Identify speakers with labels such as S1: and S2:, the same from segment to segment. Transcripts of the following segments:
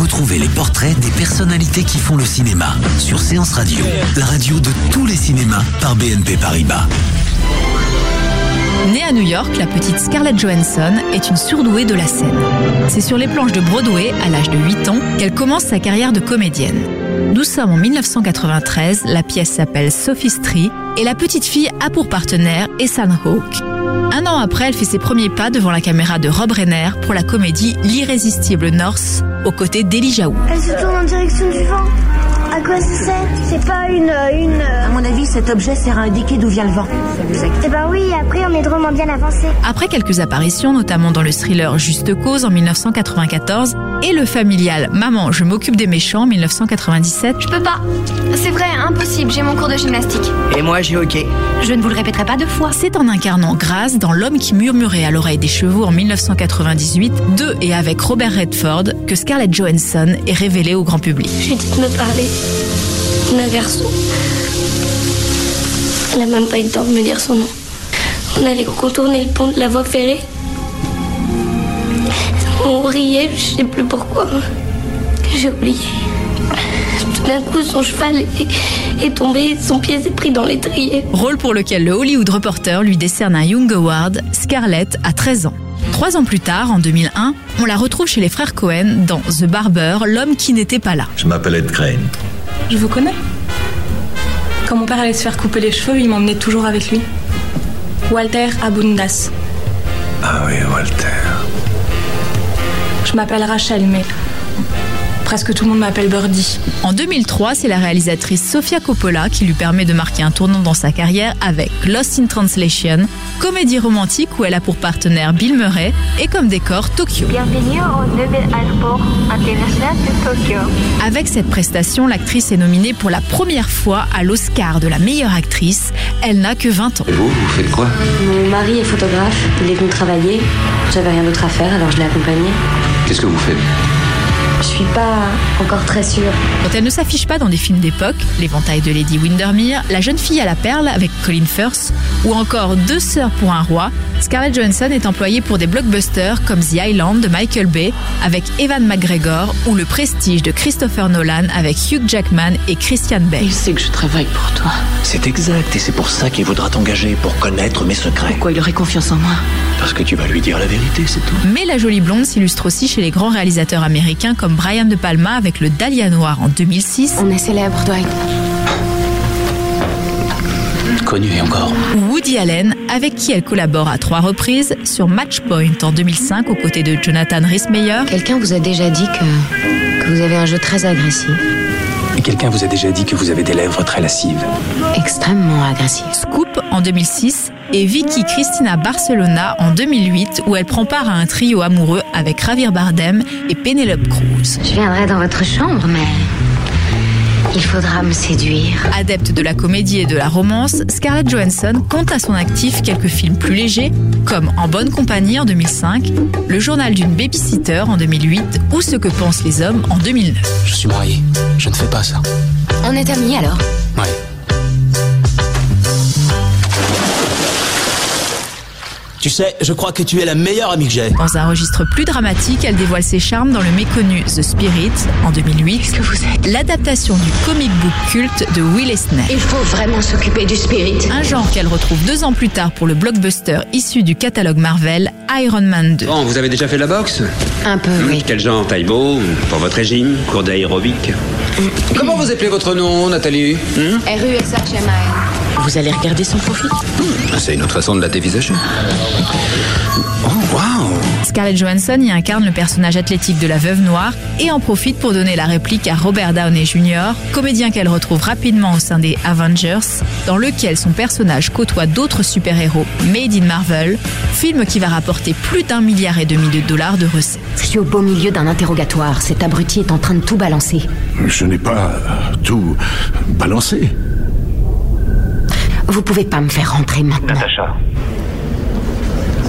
S1: Retrouvez les portraits des personnalités qui font le cinéma sur Séance Radio, la radio de tous les cinémas par BNP Paribas.
S2: Née à New York, la petite Scarlett Johansson est une surdouée de la scène. C'est sur les planches de Broadway, à l'âge de 8 ans, qu'elle commence sa carrière de comédienne. Nous sommes en 1993, la pièce s'appelle Sophistry et la petite fille a pour partenaire Ethan Hawke. Un an après, elle fait ses premiers pas devant la caméra de Rob Reiner pour la comédie L'irrésistible Norse, aux côtés d'Elijah Wood.
S3: Elle se tourne en direction du vent. À quoi ça sert C'est pas une. euh, une
S4: À mon avis, cet objet sert à indiquer d'où vient le vent.
S3: Et bah oui, après on est drôlement bien avancé.
S2: Après quelques apparitions, notamment dans le thriller Juste Cause en 1994 et le familial Maman, je m'occupe des méchants en 1997,
S5: Je peux pas. C'est vrai, impossible, j'ai mon cours de gymnastique.
S4: Et moi, j'ai OK.
S5: Je ne vous le répéterai pas deux fois.
S2: c'est en incarnant Grace dans L'homme qui murmurait à l'oreille des chevaux en 1998, de et avec Robert Redford, que Scarlett Johansson est révélée au grand public.
S3: Je lui ai dit de me parler d'un garçon. Elle a même pas eu le temps de me dire son nom. On allait contourner le pont de la voie ferrée. On riait, je sais plus pourquoi. J'ai oublié. Tout d'un coup, son cheval est, est tombé, son pied s'est pris dans l'étrier.
S2: Rôle pour lequel le Hollywood Reporter lui décerne un Young Award, Scarlett a 13 ans. Trois ans plus tard, en 2001, on la retrouve chez les frères Cohen dans The Barber, L'homme qui n'était pas là.
S1: Je m'appelle Ed Crane.
S6: Je vous connais. Quand mon père allait se faire couper les cheveux, il m'emmenait toujours avec lui. Walter Abundas.
S1: Ah oui, Walter.
S6: Je m'appelle Rachel, mais presque tout le monde m'appelle Birdie.
S2: En 2003, c'est la réalisatrice Sofia Coppola qui lui permet de marquer un tournant dans sa carrière avec Lost in Translation, comédie romantique où elle a pour partenaire Bill Murray et comme décor Tokyo.
S3: Bienvenue au nouvel aéroport international de Tokyo.
S2: Avec cette prestation, l'actrice est nominée pour la première fois à l'Oscar de la meilleure actrice. Elle n'a que 20 ans.
S7: Vous, vous faites quoi
S8: Mon mari est photographe, il est venu travailler. J'avais rien d'autre à faire, alors je l'ai accompagné.
S7: Qu'est-ce que vous faites
S8: Je suis pas encore très sûre.
S2: Quand elle ne s'affiche pas dans des films d'époque, L'éventail de Lady Windermere, La jeune fille à la perle avec Colin Firth, ou encore Deux sœurs pour un roi, Scarlett Johansson est employée pour des blockbusters comme The Island de Michael Bay avec Evan McGregor ou Le Prestige de Christopher Nolan avec Hugh Jackman et Christian Bale.
S4: sait que je travaille pour toi.
S7: C'est exact, et c'est pour ça qu'il voudra t'engager, pour connaître mes secrets.
S4: Pourquoi il aurait confiance en moi
S7: Parce que tu vas lui dire la vérité, c'est tout.
S2: Mais la jolie blonde s'illustre aussi chez les grands réalisateurs américains comme Brian De Palma avec le Dahlia Noir en 2006
S8: On est célèbre, Dwight.
S7: Connu et encore.
S2: ou Woody Allen, avec qui elle collabore à trois reprises sur Matchpoint en 2005 aux côtés de Jonathan Rhys-Meyer,
S8: Quelqu'un vous a déjà dit que, que vous avez un jeu très agressif,
S7: Et quelqu'un vous a déjà dit que vous avez des lèvres très lascives.
S8: extrêmement agressif.
S2: Scoop en 2006 et Vicky Cristina Barcelona en 2008 où elle prend part à un trio amoureux avec Javier Bardem et Penelope Cruz.
S8: Je viendrai dans votre chambre, mais il faudra me séduire.
S2: Adepte de la comédie et de la romance, Scarlett Johansson compte à son actif quelques films plus légers comme En bonne compagnie en 2005, Le journal d'une babysitter en 2008 ou Ce que pensent les hommes en 2009.
S7: Je suis marié. Je ne fais pas ça.
S8: On est amis alors
S7: Ouais.
S1: Tu sais, je crois que tu es la meilleure amie que j'ai.
S2: Dans un registre plus dramatique, elle dévoile ses charmes dans le méconnu The Spirit en 2008, l'adaptation du comic book culte de Will Eisner.
S8: Il faut vraiment s'occuper du spirit.
S2: Un genre qu'elle retrouve deux ans plus tard pour le blockbuster issu du catalogue Marvel, Iron Man 2.
S7: Bon, vous avez déjà fait de la boxe
S8: Un peu, oui.
S7: Quel genre Taïbo Pour votre régime Cours d'aérobic Comment vous appelez votre nom, Nathalie
S8: RUSHMAN.
S4: Vous allez regarder son profil
S7: C'est une autre façon de la dévisager. Oh, waouh
S2: Scarlett Johansson y incarne le personnage athlétique de la veuve noire et en profite pour donner la réplique à Robert Downey Jr., comédien qu'elle retrouve rapidement au sein des Avengers, dans lequel son personnage côtoie d'autres super-héros made in Marvel, film qui va rapporter plus d'un milliard et demi de dollars de recettes.
S8: Je suis au beau milieu d'un interrogatoire. Cet abruti est en train de tout balancer.
S9: Je n'ai pas euh, tout balancé.
S8: Vous pouvez pas me faire rentrer maintenant.
S7: Natacha.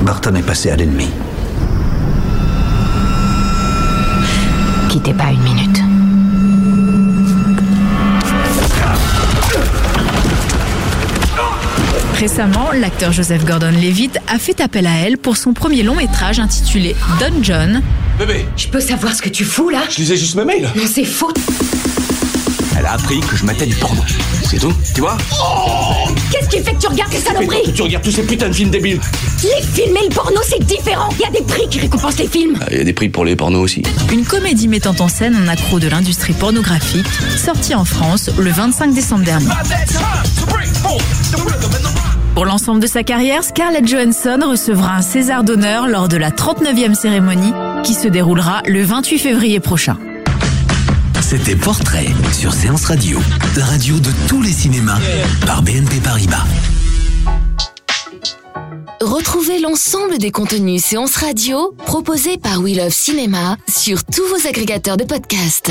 S7: Barton est passé à l'ennemi.
S8: Quittez pas une minute.
S2: Récemment, l'acteur Joseph Gordon-Levitt a fait appel à elle pour son premier long métrage intitulé Don John,
S10: Bébé,
S8: Je peux savoir ce que tu fous là
S10: je lisais juste mes mails.
S8: Non, c'est faux.
S7: Elle a appris que je matais du porno. C'est tout, tu vois
S8: Oh Qu'est-ce qui fait que tu regardes ces
S10: Mais
S8: saloperies
S10: tu regardes tous ces putains de films débiles.
S8: Les films et le porno, c'est différent. Il y a des prix qui récompensent les films.
S7: Il y a des prix pour les pornos aussi.
S2: une comédie mettant en scène un accro de l'industrie pornographique, sortie en France le 25 décembre dernier. Pour l'ensemble de sa carrière, Scarlett Johansson recevra un César d'honneur lors de la 39e cérémonie qui se déroulera le 28 février prochain.
S1: C'était Portrait sur Séance Radio, la radio de tous les cinémas par BNP Paribas.
S11: Retrouvez l'ensemble des contenus séances radio proposés par We Love Cinéma sur tous vos agrégateurs de podcasts.